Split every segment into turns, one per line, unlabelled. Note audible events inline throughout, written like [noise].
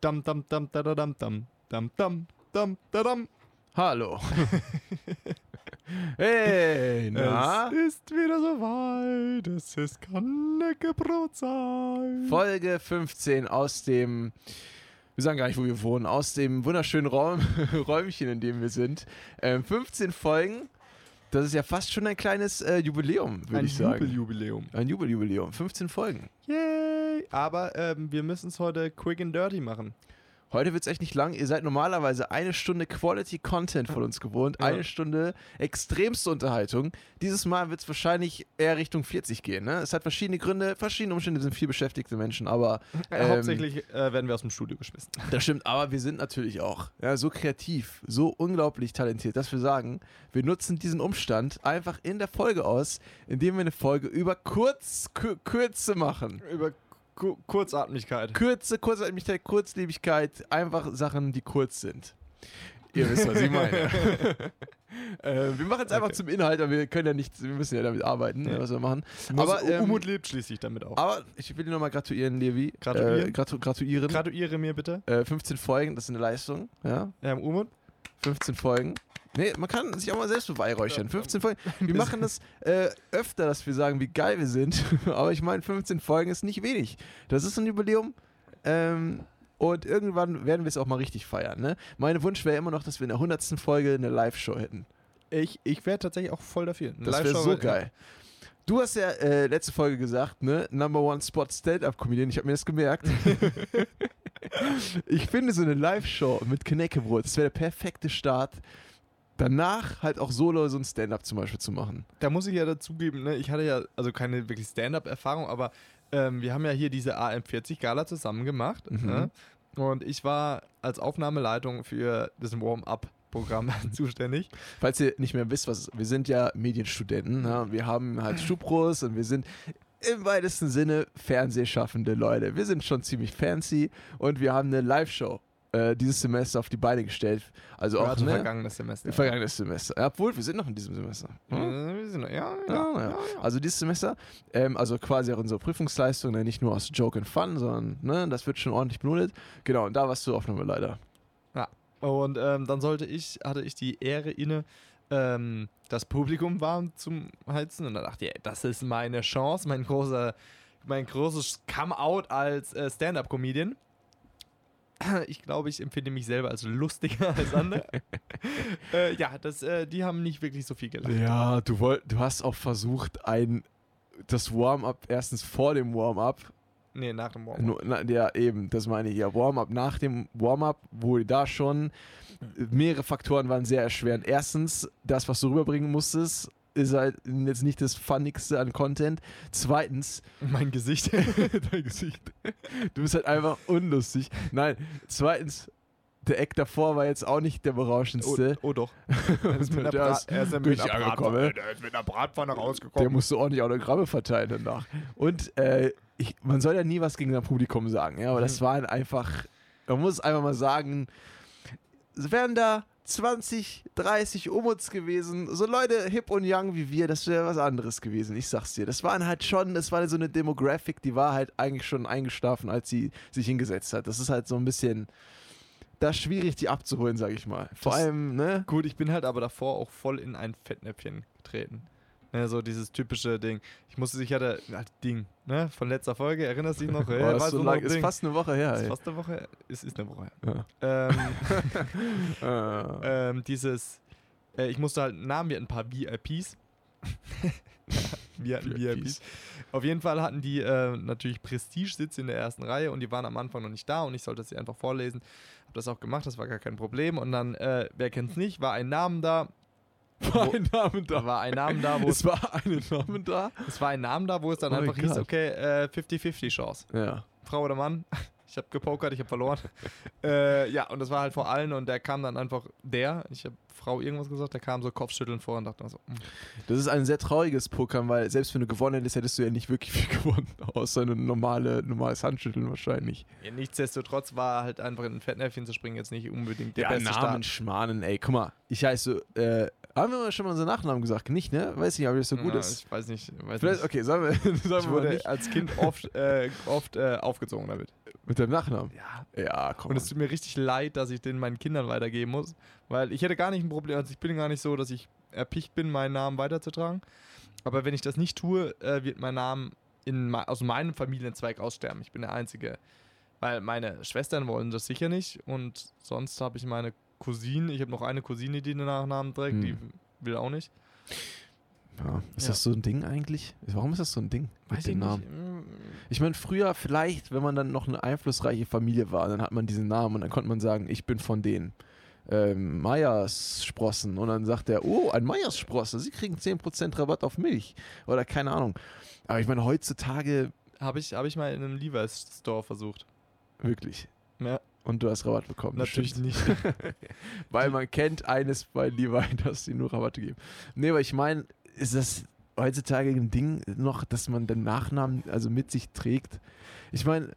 Dam, dam, dam, da, da, dam, dam, dam, dam, dam, da, dam. [laughs]
Hallo. hey, na?
Es ist wieder soweit. Es ist Kanneckebrot sein.
Folge 15 aus dem, wir sagen gar nicht, wo wir wohnen, aus dem wunderschönen Raum, [laughs] Räumchen, in dem wir sind. Ähm, 15 Folgen. Das ist ja fast schon ein kleines äh, Jubiläum, würde
Ein
ich sagen.
Jubeljubiläum.
Ein Jubeljubiläum. 15 Folgen.
Yay. Aber ähm, wir müssen es heute quick and dirty machen.
Heute wird es echt nicht lang. Ihr seid normalerweise eine Stunde Quality Content von uns gewohnt,
Ja.
eine Stunde extremste Unterhaltung. Dieses Mal wird es wahrscheinlich eher Richtung 40 gehen. Ne? Es hat verschiedene Gründe, verschiedene Umstände, wir sind viel beschäftigte Menschen, aber ähm,
Hauptsächlich äh, werden wir aus dem Studio
[laughs]
geschmissen.
Das stimmt, aber wir sind natürlich auch ja, so kreativ, so unglaublich talentiert, dass wir sagen, wir nutzen diesen Umstand einfach in der Folge aus, indem wir eine Folge über Kurz, Kür- Kürze machen.
Über Ku Kurzatmigkeit.
Kürze, Kurzatmigkeit, Kurzlebigkeit, einfach Sachen, die kurz sind. Ihr wisst, was ich meine. [laughs] äh, wir machen es einfach
Okay.
zum Inhalt, aber wir können ja nicht, wir müssen ja damit arbeiten,
Ja.
ne, was wir machen.
[laughs] Aber
Aber, ähm,
Umut lebt schließlich damit auch.
Aber ich will dir nochmal gratulieren, Levi.
Gratulieren?
Äh, gratu gratulieren.
Gratuliere mir bitte.
äh, 15 Folgen, das ist eine Leistung. Ja,
Ähm, Umut.
15 Folgen. Nee, man kann sich auch mal selbst beweihräuchern. 15 Folgen. Wir machen das äh, öfter, dass wir sagen, wie geil wir sind. [laughs] Aber ich meine, 15 Folgen ist nicht wenig. Das ist ein Jubiläum. Ähm, und irgendwann werden wir es auch mal richtig feiern. Ne? Mein Wunsch wäre immer noch, dass wir in der 100. Folge eine Live-Show hätten.
Ich, ich wäre tatsächlich auch voll dafür. Eine
Das wäre
Live-Show
so
wird-
geil. Du hast ja äh, letzte Folge gesagt, ne? Number one Spot Stand-Up-Comedian. Ich habe mir das gemerkt. ich finde so eine Live-Show mit Knäckebrot, das wäre der perfekte Start. Danach halt auch solo so ein Stand-Up zum Beispiel zu machen.
Da muss ich ja dazugeben, ne? ich hatte ja also keine wirklich Stand-Up-Erfahrung, aber ähm, wir haben ja hier diese AM40-Gala zusammen gemacht.
Mhm.
Ne? Und ich war als Aufnahmeleitung für das Warm-Up-Programm [laughs] zuständig.
Falls ihr nicht mehr wisst, was wir sind ja Medienstudenten, ne? wir haben halt Schubros und wir sind im weitesten Sinne Fernsehschaffende Leute. Wir sind schon ziemlich fancy und wir haben eine Live-Show äh, dieses Semester auf die Beine gestellt. Also auch
Also
ne?
vergangenes Semester.
Vergangenes Semester. Obwohl, wir sind noch in diesem Semester. Hm?
Äh, wir sind noch- ja, ja,
Ja, ja.
ja, ja.
Also dieses Semester, ähm, also quasi auch unsere Prüfungsleistung, ne, nicht nur aus Joke and Fun, sondern ne, das wird schon ordentlich benutzt. Genau, und da warst du Aufnahme leider.
Und ähm, dann sollte ich, hatte ich die Ehre inne, ähm, das Publikum warm zum Heizen. Und dann dachte ich, ey, das ist meine Chance, mein großer, mein großes Come-out als äh, Stand-Up-Comedian. [clears throat] Ich glaube, ich empfinde mich selber als lustiger [laughs] als
[laughs]
andere. äh, ja, das, äh, die haben nicht wirklich so viel gelacht.
Ja, du, wollt, du hast auch versucht, ein das Warm-up erstens vor dem Warm-up,
Nee, nach dem Morgen.
nur- na, ja eben, das meine ich ja, Warm-up nach dem Warm-up, wo da schon mehrere Faktoren waren sehr erschwerend. Erstens, das, was du rüberbringen musstest, ist halt jetzt nicht das Funnigste an Content. Zweitens,
Mein
[laughs]
Gesicht.
dein Gesicht. Du bist halt einfach unlustig. Nein, zweitens, der Eck davor war jetzt auch nicht der
Oh,
berauschendste.
oh
[laughs]
doch. Er ist mit einer,
Der ist
Brat, er ist mit
durch
einer
angekommen. ne?
Bratpfanne, der ist mit einer Bratpfanne
Der
rausgekommen.
musste ordentlich Autogramme verteilen danach. Und äh, ich, man soll ja nie was gegen sein Publikum sagen, ja, aber das
Mhm.
waren einfach, man muss es einfach mal sagen, es wären da 20, 30 Umuts gewesen, so Leute hip und young wie wir, das wäre was anderes gewesen, ich sag's dir. Das waren halt schon, das war so eine Demographic, die war halt eigentlich schon eingeschlafen, als sie sich hingesetzt hat. Das ist halt so ein bisschen, da ist schwierig, die abzuholen, sag ich mal. Vor
Das-
allem, ne?
Gut, ich bin halt aber davor auch voll in ein Fettnäpfchen getreten. Ne, so dieses typische Ding. Ich musste sich ja da, ah, Ding, ne, von letzter Folge, erinnerst du dich
[laughs]
noch?
Boah,
Ja,
das
war
ist, so
noch
lang,
ein
ist
Ding.
fast eine Woche her.
ist
Ey.
fast eine Woche. Es ist eine Woche.
Ja. [laughs]
Ähm,
Äh.
ähm, dieses, äh, ich musste halt einen Namen, wir hatten ein paar VIPs. [laughs] wir hatten VIPs. Auf jeden Fall hatten die äh, natürlich Prestige-Sitze in der ersten Reihe und die waren am Anfang noch nicht da und ich sollte sie einfach vorlesen. Hab das auch gemacht, das war gar kein Problem. Und dann, äh, wer kennt's nicht, war ein Name da.
War ein Name
Da
da.
war ein Name da, wo
[laughs] Es war ein Name da.
Es war ein Name da, wo es dann
Oh
einfach
mein
hieß,
Gott.
okay, äh, 50-50 Chance.
Ja.
Frau oder Mann, [laughs] ich habe gepokert, ich habe verloren. [laughs] äh, ja, und das war halt vor allen und der kam dann einfach, der, ich habe Frau irgendwas gesagt, der kam so kopfschütteln vor und dachte mir so, hm,
Das ist ein sehr trauriges Pokern, weil selbst wenn du gewonnen hättest, hättest du ja nicht wirklich viel [laughs] gewonnen, außer ein normale, normales Handschütteln wahrscheinlich.
ja, nichtsdestotrotz war halt einfach in ein Fettnäpfchen zu springen jetzt nicht unbedingt der
Ja,
beste
Namen
Start.
schmanen, ey. Guck mal, ich heiße äh, Haben wir schon mal unseren Nachnamen gesagt? Nicht, ne? Weiß nicht, ob das so gut
Ja,
ist.
Ich weiß nicht. Weiß
Vielleicht,
nicht.
okay, sagen wir, [laughs] sagen
Ich
wir mal
wurde
nicht.
als Kind oft, äh, oft äh, aufgezogen damit.
Mit deinem Nachnamen?
Ja.
Ja, komm.
Und es tut mir richtig leid, dass ich den meinen Kindern weitergeben muss, weil ich hätte gar nicht ein Problem, also ich bin gar nicht so, dass ich erpicht bin, meinen Namen weiterzutragen. Aber wenn ich das nicht tue, äh, wird mein Name in, ma- aus meinem Familienzweig aussterben. Ich bin der Einzige. Weil meine Schwestern wollen das sicher nicht und sonst habe ich meine Cousine, ich habe noch eine Cousine, die den Nachnamen trägt,
Hm.
die will auch nicht.
ja. Ist
Ja.
das so ein Ding eigentlich? Warum ist das so ein Ding? Mit dem Namen?
nicht.
Ich meine, früher vielleicht, wenn man dann noch eine einflussreiche Familie war, dann hat man diesen Namen und dann konnte man sagen, ich bin von denen. Ähm, Meiersprossen. Und dann sagt er, oh, ein Meiersprosse, sie kriegen 10% Rabatt auf Milch. Oder keine Ahnung. Aber ich meine, heutzutage
Habe ich, hab ich mal in einem Levi's Store versucht.
wirklich.
Ja,
Und du hast Rabatt bekommen.
natürlich
bestimmt.
nicht.
Weil man kennt eines bei Levi, [laughs] dass die nur Rabatte geben. Nee, aber ich meine, ist das heutzutage ein Ding noch, dass man den Nachnamen also mit sich trägt? Ich meine,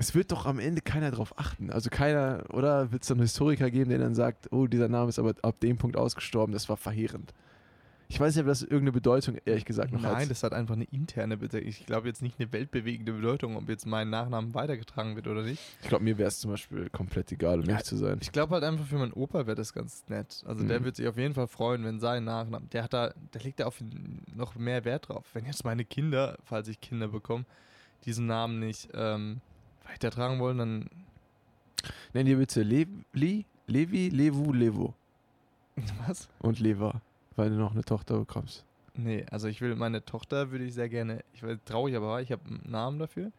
es wird doch am Ende keiner drauf achten. Also keiner, oder wird es einen Historiker geben, der dann sagt, oh, dieser Name ist aber ab dem Punkt ausgestorben, das war verheerend. Ich weiß nicht, ob das irgendeine Bedeutung, ehrlich gesagt, noch
Nein,
hat.
das hat einfach eine interne Bedeutung. Ich glaube jetzt nicht eine weltbewegende Bedeutung, ob jetzt mein Nachnamen weitergetragen wird oder nicht.
Ich glaube, mir wäre es zum Beispiel komplett egal, um ehrlich zu sein.
Ich glaube halt einfach für meinen Opa wäre das ganz nett. Also der
Mhm.
wird sich auf jeden Fall freuen, wenn sein Nachname, der hat da, der legt da auf noch mehr Wert drauf. Wenn jetzt meine Kinder, falls ich Kinder bekomme, diesen Namen nicht ähm, weitertragen wollen, dann [laughs]
Nenn dir bitte Le Li, Levi, Levu, Levo
was?
und Leva, weil du noch eine Tochter bekommst.
Nee, also ich will meine Tochter würde ich sehr gerne, ich weiß traurig, aber ich habe einen Namen dafür.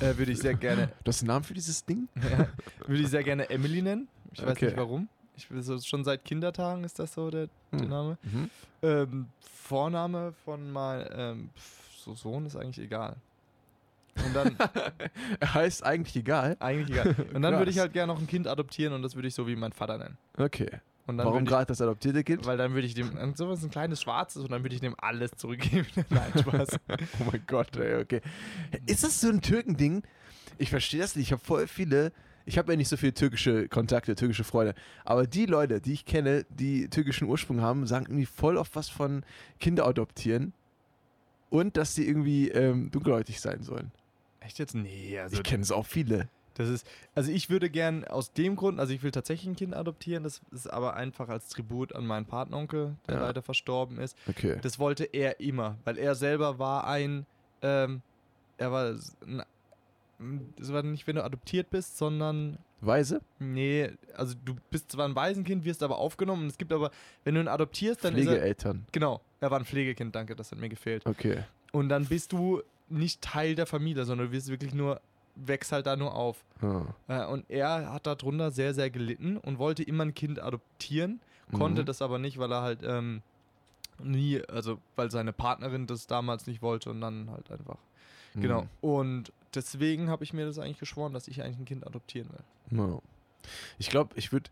Äh, würde ich sehr gerne
Du hast einen Namen für dieses Ding?
Ja, würde ich sehr gerne Emily nennen. Ich weiß
Okay.
nicht warum. Ich, will so, schon seit Kindertagen ist das so der, der
Hm.
Name. Ähm, Vorname von meinem ähm, pf, so Sohn ist eigentlich egal. Und dann,
[laughs] [laughs] Er heißt eigentlich egal.
eigentlich egal. Und dann würde ich
Krass.
halt gerne noch ein Kind adoptieren und das würde ich so wie mein Vater nennen.
Okay.
Und dann
Warum
würde
gerade das adoptierte
ich, [laughs]
Kind?
Weil dann würde ich dem, und sowas ein kleines Schwarzes und dann würde ich dem alles zurückgeben. [laughs] Nein,
[laughs]
Spaß.
Oh mein Gott, ey, okay. Ist das so ein Türkending? Ich verstehe das nicht. Ich habe voll viele. Ich habe ja nicht so viele türkische Kontakte, türkische Freunde. Aber die Leute, die ich kenne, die türkischen Ursprung haben, sagen irgendwie voll oft was von Kinder adoptieren und dass sie irgendwie ähm, dunkelhäutig sein sollen.
Echt jetzt? Nee, also
Ich kenne es auch viele.
Das ist, also ich würde gern aus dem Grund, also ich will tatsächlich ein Kind adoptieren, das ist aber einfach als Tribut an meinen Patenonkel, der
Ja.
leider verstorben ist.
Okay.
Das wollte er immer, weil er selber war ein, ähm, er war, s- n- m, das war nicht, wenn du adoptiert bist, sondern,
Weise?
nee, also du bist zwar ein Waisenkind, wirst aber aufgenommen und es gibt aber, wenn du ihn adoptierst, dann ist er,
Pflegeeltern.
genau, er war ein Pflegekind, danke, das hat mir gefehlt.
Okay.
Und dann bist du nicht Teil der Familie, sondern du wirst wirklich nur, wächst halt da nur auf.
Hm.
Äh, Und er hat darunter sehr, sehr gelitten und wollte immer ein Kind adoptieren, konnte
Mhm.
das aber nicht, weil er halt ähm, nie, also weil seine Partnerin das damals nicht wollte und dann halt einfach. Genau.
Hm.
Und deswegen habe ich mir das eigentlich geschworen, dass ich eigentlich ein Kind adoptieren will.
Ja. Ich glaube, ich würde,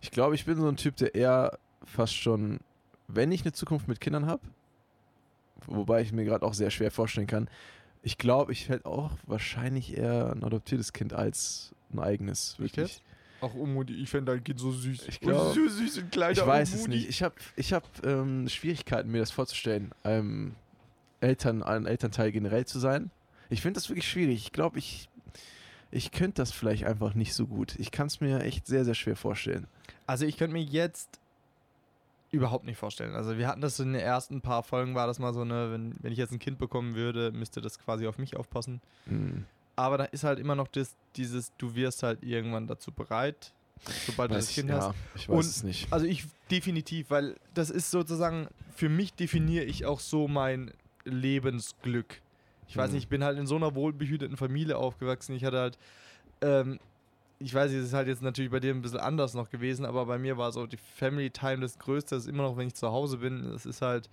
ich glaube, ich bin so ein Typ, der eher fast schon, wenn ich eine Zukunft mit Kindern habe, wobei ich mir gerade auch sehr schwer vorstellen kann, ich glaube, ich hätte auch wahrscheinlich eher ein adoptiertes Kind als ein eigenes, wirklich.
Auch Umudi, ich fände dein Kind so süß.
Ich glaub-
so süß und kleiner
Ich weiß es
Umudi.
nicht. Ich habe ich hab, ähm, Schwierigkeiten, mir das vorzustellen, ähm, Eltern, ein Elternteil generell zu sein. Ich finde das wirklich schwierig. Ich glaube, ich, ich könnte das vielleicht einfach nicht so gut. Ich kann es mir echt sehr, sehr schwer vorstellen.
Also ich könnte mir jetzt überhaupt nicht vorstellen. Also wir hatten das in den ersten paar Folgen, war das mal so eine, wenn, wenn ich jetzt ein Kind bekommen würde, müsste das quasi auf mich aufpassen.
Hm.
Aber da ist halt immer noch das, dieses, du wirst halt irgendwann dazu bereit, sobald du
Weiß
das
ich-
Kind hast.
ja, ich weiß
Und-
es nicht.
Also ich definitiv, weil das ist sozusagen, für mich definiere ich auch so mein Lebensglück. Ich weiß
Hm.
nicht, ich bin halt in so einer wohlbehüteten Familie aufgewachsen. Ich hatte halt, ähm, ich weiß nicht, es ist halt jetzt natürlich bei dir ein bisschen anders noch gewesen, aber bei mir war so die Family Time das Größte, das ist immer noch, wenn ich zu Hause bin. Es ist halt,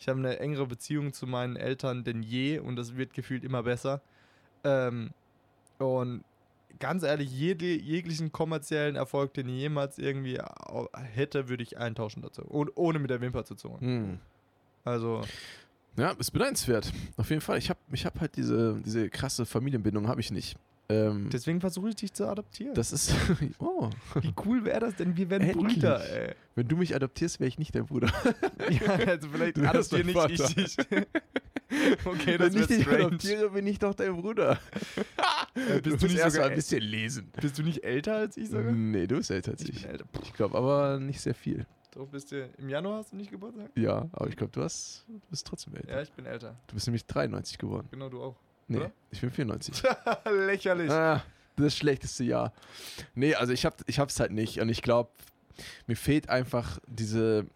ich habe eine engere Beziehung zu meinen Eltern denn je und das wird gefühlt immer besser. Ähm, und ganz ehrlich, jede, jeglichen kommerziellen Erfolg, den ich jemals irgendwie au- hätte, würde ich eintauschen dazu. Und ohne mit der Wimper zu zucken.
Hm.
Also,
Ja, ist beneidenswert. Auf jeden Fall. Ich habe ich hab halt diese, diese krasse Familienbindung, habe ich nicht. Ähm,
Deswegen versuche ich dich zu adoptieren.
das ist. [laughs] Oh,
Wie cool wäre das denn? Wir werden
Endlich.
Brüder,
[laughs]
ey.
wenn du mich adoptierst, wäre ich nicht
[laughs]
dein Bruder.
Ja, also vielleicht
Du wärst
adoptier
mein
nicht
Vater. [laughs]
ich dich. Okay, das
wenn ich
wird
dich
strange.
adoptiere, bin ich doch dein Bruder.
[laughs] bist du
musst
nicht
erst
sogar
mal ein
ä-
bisschen lesen.
Bist du nicht älter als ich sogar?
Nee, du bist älter als ich.
älter.
Ich glaube, aber nicht sehr viel.
Du bist du im Januar hast du nicht Geburtstag?
Ja, aber ich glaube, du, hast- du bist trotzdem älter.
Ja, ich bin älter.
Du bist nämlich 93 geworden.
Genau, du auch.
Nee,
Oder?
ich bin 94. [laughs]
Lächerlich.
Ah, das schlechteste Jahr. Nee, also ich hab, ich hab's halt nicht. Und ich glaube, mir fehlt einfach diese,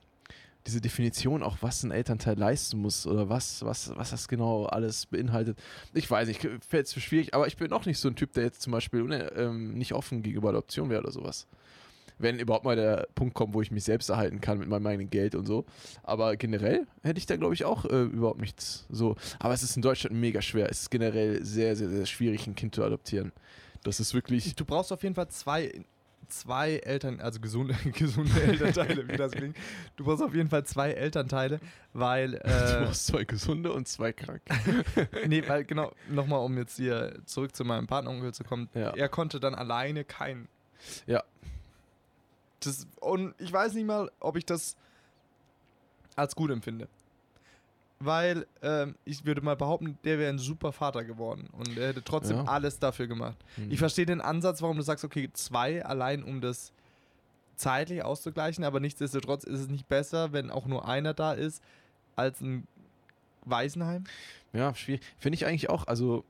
diese Definition, auch was ein Elternteil leisten muss oder was, was, was das genau alles beinhaltet. Ich weiß nicht, fällt zu schwierig, aber ich bin auch nicht so ein Typ, der jetzt zum Beispiel ne, ähm, nicht offen gegenüber der Option wäre oder sowas. Wenn überhaupt mal der Punkt kommt, wo ich mich selbst erhalten kann mit meinem eigenen Geld und so. Aber generell hätte ich da, glaube ich, auch äh, überhaupt nichts so. Aber es ist in Deutschland mega schwer. Es ist generell sehr, sehr, sehr schwierig, ein Kind zu adoptieren. Das ist wirklich.
Du brauchst auf jeden Fall zwei, zwei Eltern, also gesunde, [laughs] gesunde Elternteile, wie das klingt. Du brauchst auf jeden Fall zwei Elternteile, weil.
[laughs] du
[laughs] Äh,
brauchst zwei gesunde und zwei kranke.
nee, weil genau, nochmal, um jetzt hier zurück zu meinem Partneronkel zu kommen.
Ja.
Er konnte dann alleine keinen.
Ja.
Das, und ich weiß nicht mal, ob ich das als gut empfinde. Weil ähm, ich würde mal behaupten, der wäre ein super Vater geworden und er hätte trotzdem
Ja.
alles dafür gemacht. [laughs]
Mhm. Hm.
Ich verstehe den Ansatz, warum du sagst, okay, zwei allein, um das zeitlich auszugleichen, aber nichtsdestotrotz ist es nicht besser, wenn auch nur einer da ist, als ein Waisenheim.
ja, schwierig. Finde ich eigentlich auch. Also,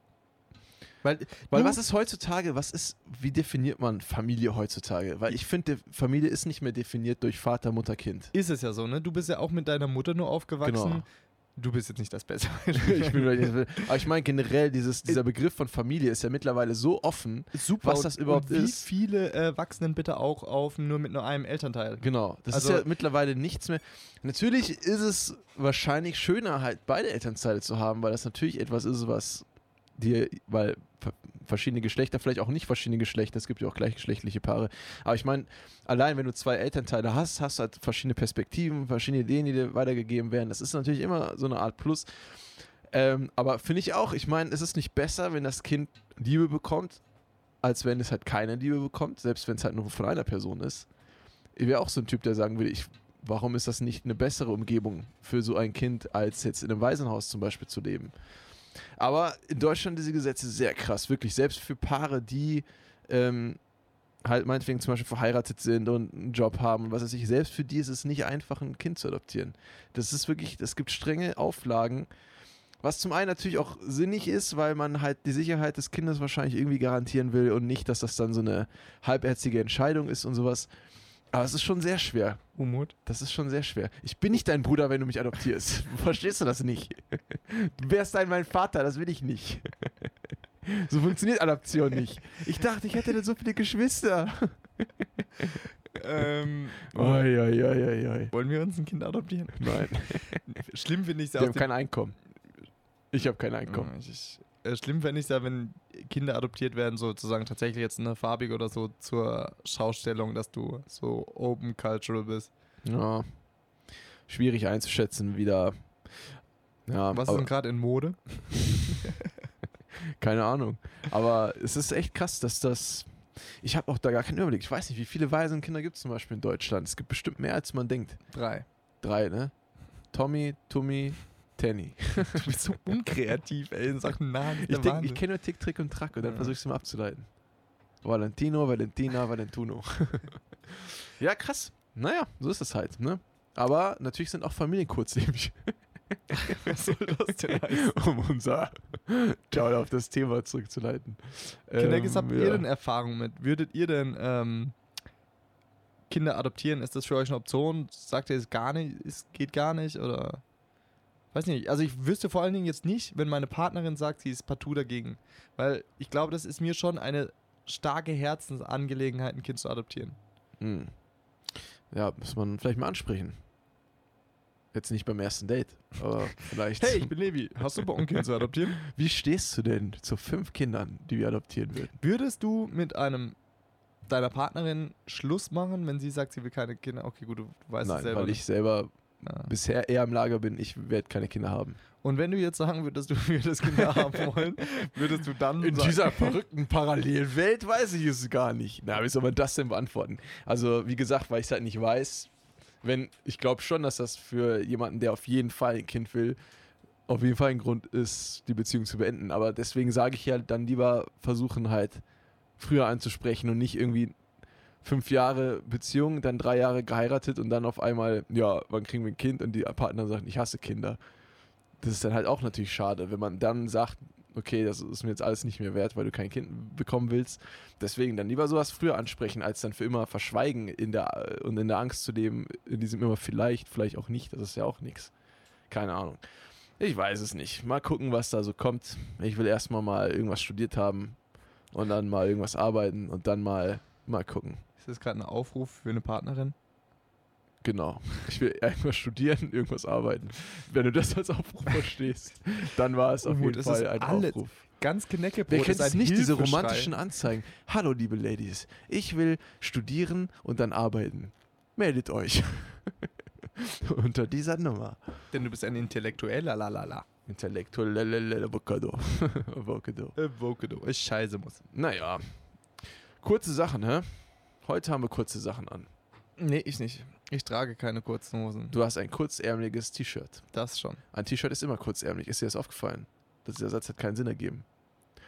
Weil,
weil
du-
was ist heutzutage, was ist, wie definiert man Familie heutzutage? Weil ich finde, Familie ist nicht mehr definiert durch Vater, Mutter, Kind.
Ist es ja so, ne? Du bist ja auch mit deiner Mutter nur aufgewachsen.
Genau.
Du bist jetzt nicht das Beste.
[laughs] ich bin, aber ich meine generell, dieses, dieser Begriff von Familie ist ja mittlerweile so offen.
[laughs] super.
was
und-
das überhaupt
und wie
ist.
Wie viele äh, wachsen denn bitte auch auf nur mit nur einem Elternteil?
Genau, das
Also-
ist ja mittlerweile nichts mehr. Natürlich ist es wahrscheinlich schöner, halt beide Elternteile zu haben, weil das natürlich etwas ist, was dir, weil ver- verschiedene Geschlechter, vielleicht auch nicht verschiedene Geschlechter, es gibt ja auch gleichgeschlechtliche Paare. Aber ich meine, allein wenn du zwei Elternteile hast, hast du halt verschiedene Perspektiven, verschiedene Ideen, die dir weitergegeben werden. Das ist natürlich immer so eine Art Plus. Ähm, aber finde ich auch, ich meine, es ist nicht besser, wenn das Kind Liebe bekommt, als wenn es halt keine Liebe bekommt, selbst wenn es halt nur von einer Person ist. Ich wäre auch so ein Typ, der sagen würde, ich, warum ist das nicht eine bessere Umgebung für so ein Kind, als jetzt in einem Waisenhaus zum Beispiel zu leben? Aber in Deutschland diese Gesetze sehr krass, wirklich. Selbst für Paare, die ähm, halt meinetwegen zum Beispiel verheiratet sind und einen Job haben und was weiß ich, selbst für die ist es nicht einfach, ein Kind zu adoptieren. Das ist wirklich, es gibt strenge Auflagen, was zum einen natürlich auch sinnig ist, weil man halt die Sicherheit des Kindes wahrscheinlich irgendwie garantieren will und nicht, dass das dann so eine halbherzige Entscheidung ist und sowas. Aber es ist schon sehr schwer.
Umut.
Das ist schon sehr schwer. Ich bin nicht dein Bruder, wenn du mich adoptierst. [laughs] Verstehst du das nicht? Du wärst dein mein Vater, das will ich nicht. So funktioniert Adoption nicht. Ich dachte, ich hätte denn so viele Geschwister.
Ähm,
Oi, oi, oi, oi, oi.
Wollen wir uns ein Kind adoptieren?
[laughs] Nein,
Schlimm finde ich es
wir
ja aus
haben
dem
kein Einkommen. Ich habe kein Einkommen.
Ich, ich, äh, schlimm fände ich es ja, wenn Kinder adoptiert werden, sozusagen tatsächlich jetzt eine farbige oder so zur Schaustellung, dass du so open cultural bist.
Ja. Schwierig einzuschätzen, wieder. Ja,
Was ist
aber,
denn gerade in Mode?
keine Ahnung. Aber es ist echt krass, dass das. Ich habe auch da gar keinen Überblick. Ich weiß nicht, wie viele Waisenkinder gibt es zum Beispiel in Deutschland. Es gibt bestimmt mehr, als man denkt.
Drei.
Drei, ne? Tommy, Tommy,
[laughs]
Tanny.
Du bist so unkreativ, ey, in Sachen Namen.
Ich, denk- ich kenne nur Tick, Trick und Track und dann
Ja.
versuche ich es mal abzuleiten. Valentino,
[laughs]
Valentina, Valentuno. ja, krass. Naja, so ist das halt, ne? Aber natürlich sind auch Familien kurzlebig. [laughs]
Was soll [laughs] das denn heißen?
um unser Jowl auf das Thema zurückzuleiten.
Kinder,
Ähm,
was habt ihr denn Erfahrung mit? Würdet ihr denn ähm, Kinder adoptieren? Ist das für euch eine Option? Sagt ihr es gar nicht? Es geht gar nicht? Oder weiß nicht. Also ich wüsste vor allen Dingen jetzt nicht, wenn meine Partnerin sagt, sie ist partout dagegen. Weil ich glaube, das ist mir schon eine starke Herzensangelegenheit, ein Kind zu adoptieren.
Hm. Ja, muss man vielleicht mal ansprechen. Jetzt nicht beim ersten Date,
[laughs]
aber vielleicht.
Hey, ich bin Levi. Hast du Bock, ein Kind zu adoptieren?
[laughs] Wie stehst du denn zu fünf Kindern, die wir adoptieren würden?
Würdest du mit einem deiner Partnerin Schluss machen, wenn sie sagt, sie will keine Kinder? Okay, gut, du, du weißt es
Nein,
selber.
weil
nicht.
ich selber
Ja.
bisher eher im Lager bin, ich werde keine Kinder haben.
Und wenn du jetzt sagen würdest, du [laughs] würdest Kinder haben wollen, würdest du dann
In
sagen,
dieser verrückten Parallelwelt weiß ich es gar nicht. Na, wie soll man das denn beantworten? Also, wie gesagt, weil ich es halt nicht weiß, wenn, ich glaube schon, dass das für jemanden, der auf jeden Fall ein Kind will, auf jeden Fall ein Grund ist, die Beziehung zu beenden. Aber deswegen sage ich ja dann lieber versuchen halt früher anzusprechen und nicht irgendwie fünf Jahre Beziehung, dann drei Jahre geheiratet und dann auf einmal, ja, wann kriegen wir ein Kind? Und die Partner sagt, ich hasse Kinder. Das ist dann halt auch natürlich schade, wenn man dann sagt, okay, das ist mir jetzt alles nicht mehr wert, weil du kein Kind bekommen willst. Deswegen dann lieber sowas früher ansprechen, als dann für immer verschweigen in der, äh, und in der Angst zu leben, in diesem immer vielleicht, vielleicht auch nicht. Das ist ja auch nichts. Keine Ahnung. Ich weiß es nicht. Mal gucken, was da so kommt. Ich will erstmal mal irgendwas studiert haben und dann mal irgendwas arbeiten und dann mal, mal gucken.
ist das gerade ein Aufruf für eine Partnerin?
Genau. Ich will irgendwas studieren, [laughs] irgendwas arbeiten. Wenn du das als Aufruf verstehst, dann war es auf
Umut,
jeden
es ist
Fall ein
alles-
Aufruf.
Ganz Kneckebrot
Wer
ist
kennt es
ein
nicht, diese
Hilfeschrei.
romantischen Anzeigen? Hallo, liebe Ladies, ich will studieren und dann arbeiten. Meldet euch. [laughs] Unter dieser Nummer.
Denn du bist ein Intellektueller, lalala.
Intellektuelle Avocado. [laughs] Avocado.
Evokedo, ich scheiße muss.
Naja. Kurze Sachen, hä? Heute haben wir kurze Sachen an.
Nee, ich nicht. Ich trage keine kurzen Hosen.
Du hast ein kurzärmeliges T-Shirt.
Das schon.
Ein T-Shirt ist immer kurzärmelig. Ist dir das aufgefallen? Das, der Satz hat keinen Sinn ergeben.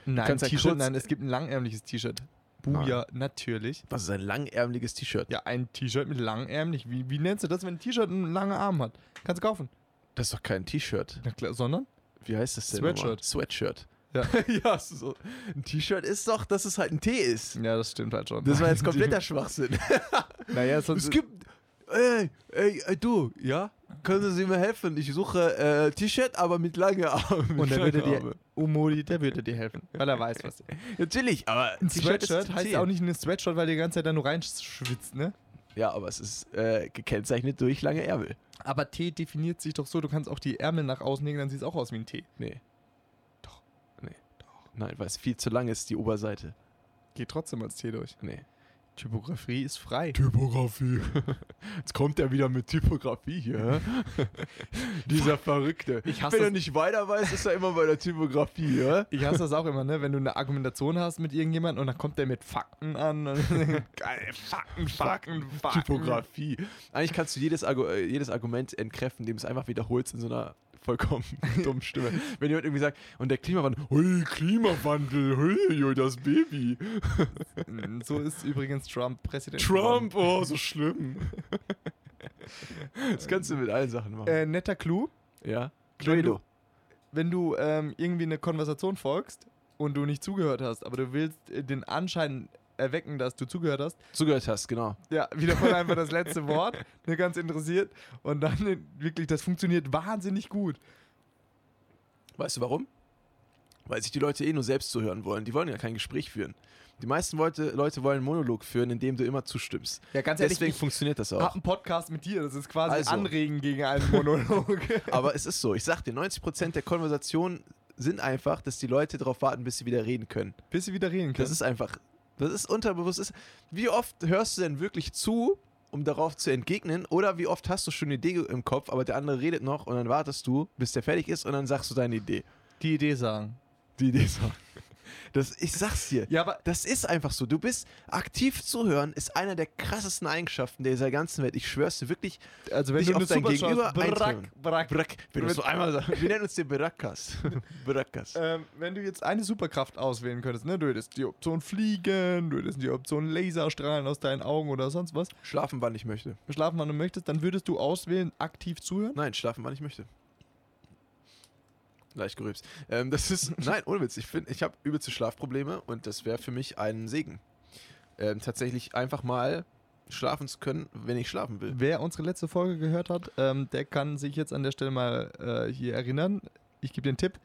Nein,
kannst ein
T-Shirt,
kurz-
nein, es gibt ein langärmliches T-Shirt. Buja, natürlich.
Was ist ein langärmeliges T-Shirt?
Ja, ein T-Shirt mit langärmlich. Wie, wie nennst du das, wenn ein T-Shirt einen langen Arm hat? Kannst du kaufen.
Das ist doch kein T-Shirt.
Na klar, sondern?
wie heißt das denn?
Sweatshirt.
nochmal? Sweatshirt.
Ja.
[laughs] ja so. ein T-Shirt ist doch, dass es halt ein T ist.
Ja, das stimmt halt schon.
Das war [laughs] jetzt
[laughs]
kompletter Schwachsinn.
Naja, sonst
es gibt. Ey, ey, ey, du, ja? Können Sie mir helfen? Ich suche äh, T-Shirt, aber mit langen Armen.
Und dann
Lange
würde dir
Arme.
Umodi, der würde dir helfen, weil er weiß was.
[laughs] Natürlich, aber
Ein
T-Shirt ist
Sweatshirt
ein
heißt
T.
auch nicht eine Sweatshirt, weil die ganze Zeit da nur reinschwitzt, ne?
Ja, aber es ist äh, gekennzeichnet durch lange Ärmel.
Aber T definiert sich doch so, du kannst auch die Ärmel nach außen legen, dann sieht es auch aus wie ein T.
Nee.
Doch.
Nee. Nein, weil es viel zu lang ist, die Oberseite.
Geht trotzdem als T durch.
Nee.
Typografie ist frei.
Typografie. [laughs] Jetzt kommt er wieder mit Typografie hier. [laughs] hä? Dieser Verrückte.
Ich hasse
Wenn er
das-
nicht weiter weiß, ist er immer bei der Typografie. hä?
Ich hasse das auch immer, ne? Wenn du eine Argumentation hast mit irgendjemandem und dann kommt der mit Fakten an. [laughs] Geil, Fakten, Fakten, Fakten.
Typografie. Eigentlich kannst du jedes, Argu äh, jedes Argument entkräften, indem du es einfach wiederholst in so einer [laughs] vollkommen dummen Stimme. Wenn jemand irgendwie sagt, und der Klimawandel, hui, Klimawandel, hui, hui, das Baby.
So ist übrigens Trump Präsident.
Trump, oh, so schlimm. Das kannst du mit allen Sachen machen.
geworden. Äh, netter Clou.
ja?
Cluedo. wenn du ähm, irgendwie eine Konversation folgst und du nicht zugehört hast, aber du willst äh, den Anschein erwecken, dass du zugehört hast,
Zugehört hast, genau.
ja, [laughs] wiederhol einfach das letzte Wort, ne, ganz interessiert und dann äh, wirklich, das funktioniert wahnsinnig gut.
Weißt du warum? Weil sich die Leute eh nur selbst zuhören wollen. Die wollen ja kein Gespräch führen. Die meisten Leute, Leute wollen einen Monolog führen, in dem du immer zustimmst.
Ja, ganz ehrlich,
Deswegen
ich
funktioniert das
hab
auch.
einen Podcast mit dir, das ist quasi
Also.
Anregen gegen einen Monolog. [laughs]
Aber es ist so, ich sag dir, 90% der Konversationen sind einfach, dass die Leute darauf warten, bis sie wieder reden können.
Bis sie wieder reden können.
Das ist einfach, das ist unterbewusst. Ist, wie oft hörst du denn wirklich zu, um darauf zu entgegnen? Oder wie oft hast du schon eine Idee im Kopf, aber der andere redet noch und dann wartest du, bis der fertig ist und dann sagst du deine Idee.
die Idee sagen.
Die Idee ist auch- das, Ich sag's dir.
Ja, aber
Das ist einfach so. Du bist aktiv zuhören, ist einer der krassesten Eigenschaften dieser ganzen Welt. Ich schwör's dir wirklich.
also wenn
Dich
du eine
auf dein
Super
Gegenüber einstellen.
brack, brack.
Brack, wenn du so einmal sagst. Wir nennen uns den [laughs] Barakas. Barakas.
Ähm, wenn du jetzt eine Superkraft auswählen könntest, ne, du hättest die Option Fliegen, du hättest die Option Laserstrahlen aus deinen Augen oder sonst was.
Schlafen, wann ich möchte.
schlafen, wann du möchtest, dann würdest du auswählen, aktiv zuhören?
Nein, schlafen, wann ich möchte. Leicht gerübst. Ähm, das [laughs] ist, nein, ohne Witz. Ich, find- ich habe übelste Schlafprobleme und das wäre für mich ein Segen. Ähm, tatsächlich einfach mal schlafen zu können, wenn ich schlafen will.
Wer unsere letzte Folge gehört hat, ähm, der kann sich jetzt an der Stelle mal äh, hier erinnern. Ich gebe den Tipp: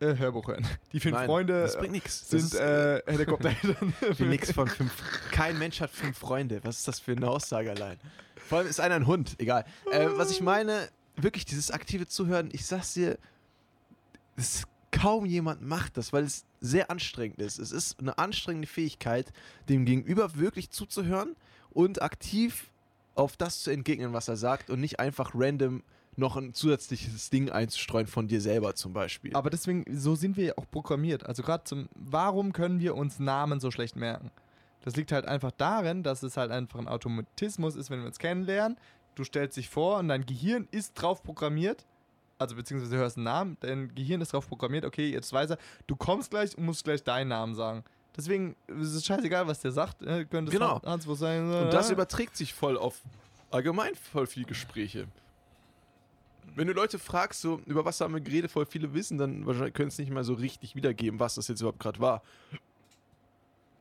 äh, Hörbuch hören. Die fünf
Nein,
Freunde
das bringt nichts.
sind äh,
[laughs]
[laughs] Helikoptereltern.
Wie nix von fünf. Kein Mensch hat fünf Freunde. Was ist das für eine Aussage allein? Vor allem ist einer ein Hund. Egal. Äh, was ich meine, wirklich dieses aktive Zuhören, ich sag's dir, es, kaum jemand macht das, weil es sehr anstrengend ist. Es ist eine anstrengende Fähigkeit, dem Gegenüber wirklich zuzuhören und aktiv auf das zu entgegnen, was er sagt und nicht einfach random noch ein zusätzliches Ding einzustreuen von dir selber zum Beispiel.
Aber deswegen, so sind wir ja auch programmiert. Also gerade zum, warum können wir uns Namen so schlecht merken? Das liegt halt einfach darin, dass es halt einfach ein Automatismus ist, wenn wir uns kennenlernen. Du stellst dich vor und dein Gehirn ist drauf programmiert, also beziehungsweise du hörst einen Namen, dein Gehirn ist drauf programmiert, okay, jetzt weiß er, du kommst gleich und musst gleich deinen Namen sagen. Deswegen ist es scheißegal, was der sagt. äh, Könnte es
Genau.
Hans Wurst sein. äh,
Und das überträgt sich voll auf allgemein voll viele Gespräche. Wenn du Leute fragst, so, über was haben wir geredet, voll viele wissen, dann wahrscheinlich können es nicht mal so richtig wiedergeben, was das jetzt überhaupt gerade war.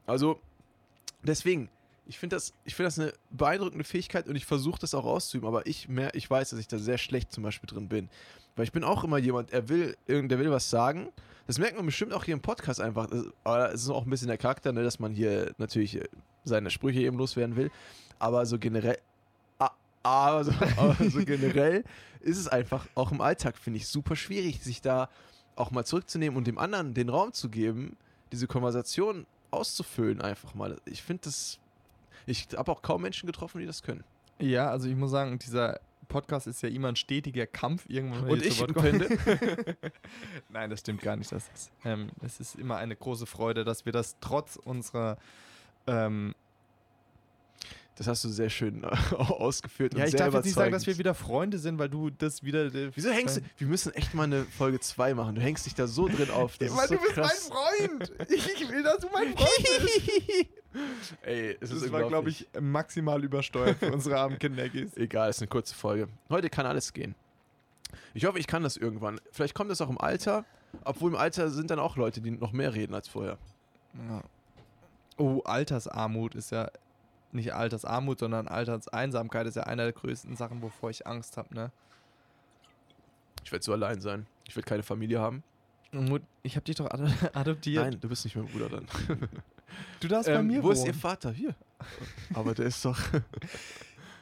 Also, deswegen, ich finde das, ich find das eine beeindruckende Fähigkeit und ich versuche das auch auszuüben, aber ich, mehr, ich weiß, dass ich da sehr schlecht zum Beispiel drin bin. Weil ich bin auch immer jemand, er will, irgend- der will was sagen. Das merkt man bestimmt auch hier im Podcast einfach. Das- Aber es ist auch ein bisschen der Charakter, ne, dass man hier natürlich äh, seine Sprüche eben loswerden will. Aber so generell. a- Aber [laughs] so, aber so generell ist es einfach auch im Alltag, finde ich, super schwierig, sich da auch mal zurückzunehmen und dem anderen den Raum zu geben, diese Konversation auszufüllen, einfach mal. Ich finde das. Ich habe auch kaum Menschen getroffen, die das können.
Ja, also ich muss sagen, dieser Podcast ist ja immer ein stetiger Kampf irgendwann. wenn
Und
wir
ich
zu
[laughs]
Wort kommen.
finde,
Nein, das stimmt gar nicht. Das ist, ähm, es ist immer eine große Freude, dass wir das trotz unserer. Ähm,
das hast du sehr schön äh, [laughs] ausgeführt.
ja,
und
ich
sehr
darf jetzt nicht sagen,
überzeugend.
dass wir wieder Freunde sind, weil du das wieder. äh,
Wieso hängst du? Wir müssen echt mal eine Folge 2 machen. Du hängst dich da so drin auf. Das
weil
ist so
du bist
krass.
mein Freund! Ich will, dass du
[laughs]
mein Freund bist! [laughs]
Ey, es ist
Das war, glaube ich, maximal übersteuert für unsere armen [laughs] Kindergis.
Egal, ist eine kurze Folge. Heute kann alles gehen. Ich hoffe, ich kann das irgendwann. Vielleicht kommt das auch im Alter. Obwohl im Alter sind dann auch Leute, die noch mehr reden als vorher.
Oh, Altersarmut ist ja nicht Altersarmut, sondern Alterseinsamkeit ist ja einer der größten Sachen, wovor ich Angst habe, ne?
Ich werde so allein sein. Ich werde keine Familie haben.
Mut, Ich habe dich doch ad [laughs] adoptiert.
Nein, du bist nicht mein Bruder dann.
Du darfst bei
Ähm,
mir
wo
wohnen.
ist ihr Vater? Hier. Aber der ist doch.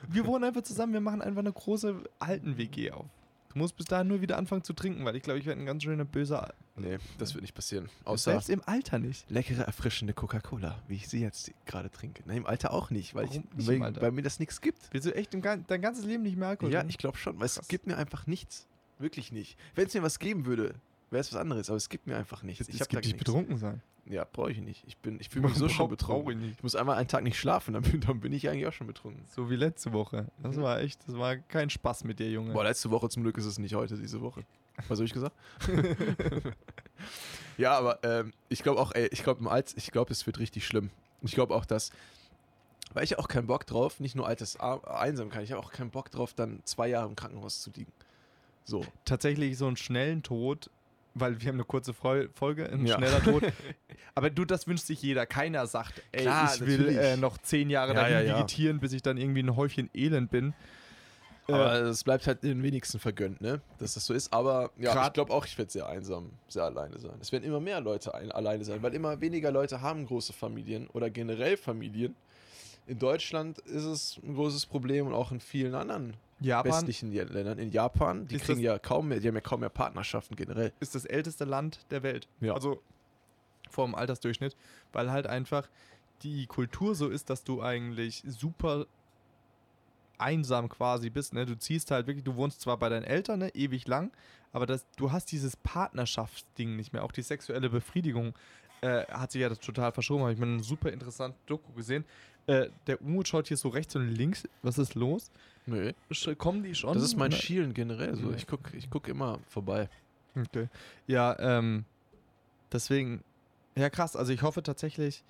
Wir wohnen einfach zusammen, wir machen einfach eine große alten WG auf. Du musst bis dahin nur wieder anfangen zu trinken, weil ich glaube, ich werde ein ganz schöner böser.
Nee, das wird nicht passieren. Außer
Selbst im Alter nicht.
leckere, erfrischende Coca-Cola, wie ich sie jetzt gerade trinke. Nein, im Alter auch nicht, weil, ich,
Warum nicht im
weil
Alter?
bei mir das nichts gibt.
Willst du echt im gan- dein ganzes Leben nicht mehr Alkohol
Ja,
trinken?
ich glaube schon, weil es
Krass.
gibt mir einfach nichts. Wirklich nicht. Wenn es mir was geben würde, wäre es was anderes, aber es gibt mir einfach nichts.
es
hab
gibt
da
dich
nichts.
betrunken sein.
Ja, brauche ich nicht. Ich, bin-
[laughs]
ich fühle mich so schon betrunken.
Traurig nicht.
Ich muss einmal einen Tag nicht schlafen, dann bin, dann bin ich eigentlich auch schon betrunken.
So wie letzte Woche. Das war echt, das war kein Spaß mit dir, Junge.
Boah, letzte Woche zum Glück ist es nicht heute, diese Woche. Was habe
[laughs]
ich gesagt? [laughs] ja, aber ähm, ich glaube auch, ey, ich glaube, im Alts, ich glaube, es wird richtig schlimm. Ich glaube auch, dass, weil ich ja auch keinen Bock drauf, nicht nur altes Ar- Einsamkeit, ich habe auch keinen Bock drauf, dann zwei Jahre im Krankenhaus zu liegen. So.
Tatsächlich so einen schnellen Tod, weil wir haben eine kurze Fol- Folge, ein
Ja.
schneller Tod. [laughs] Aber du, das wünscht sich jeder. Keiner sagt, ey,
Klar,
ich will
natürlich.
äh, noch zehn Jahre
Ja,
dahin
ja, ja.
vegetieren, bis ich dann irgendwie ein Häufchen Elend bin. Äh,
Aber es bleibt halt den wenigsten vergönnt, ne? Dass das so ist. Aber ja,
Grad-
ich glaube auch, ich werde sehr einsam, sehr alleine sein. Es werden immer mehr Leute ein, alleine sein, weil immer weniger Leute haben große Familien oder generell Familien. In Deutschland ist es ein großes Problem und auch in vielen anderen
Japan
westlichen Je- Ländern. In Japan, die
Ist
kriegen
das-
ja kaum mehr, die haben ja kaum mehr Partnerschaften generell.
ist das älteste Land der Welt.
Ja.
Also vor dem Altersdurchschnitt, weil halt einfach die Kultur so ist, dass du eigentlich super einsam quasi bist. Ne? Du ziehst halt wirklich, du wohnst zwar bei deinen Eltern ne, ewig lang, aber das, du hast dieses Partnerschaftsding nicht mehr. Auch die sexuelle Befriedigung äh, hat sich ja total verschoben. Habe ich mal eine super interessante Doku gesehen. Äh, der Umut schaut hier so rechts und links. Was ist los?
Nö.
Sch kommen die schon?
Das ist mein
Oder-
Schielen generell so.
Nee.
Ich gucke ich guck immer vorbei.
Okay. Ja, ähm, deswegen, ja krass, also ich hoffe tatsächlich,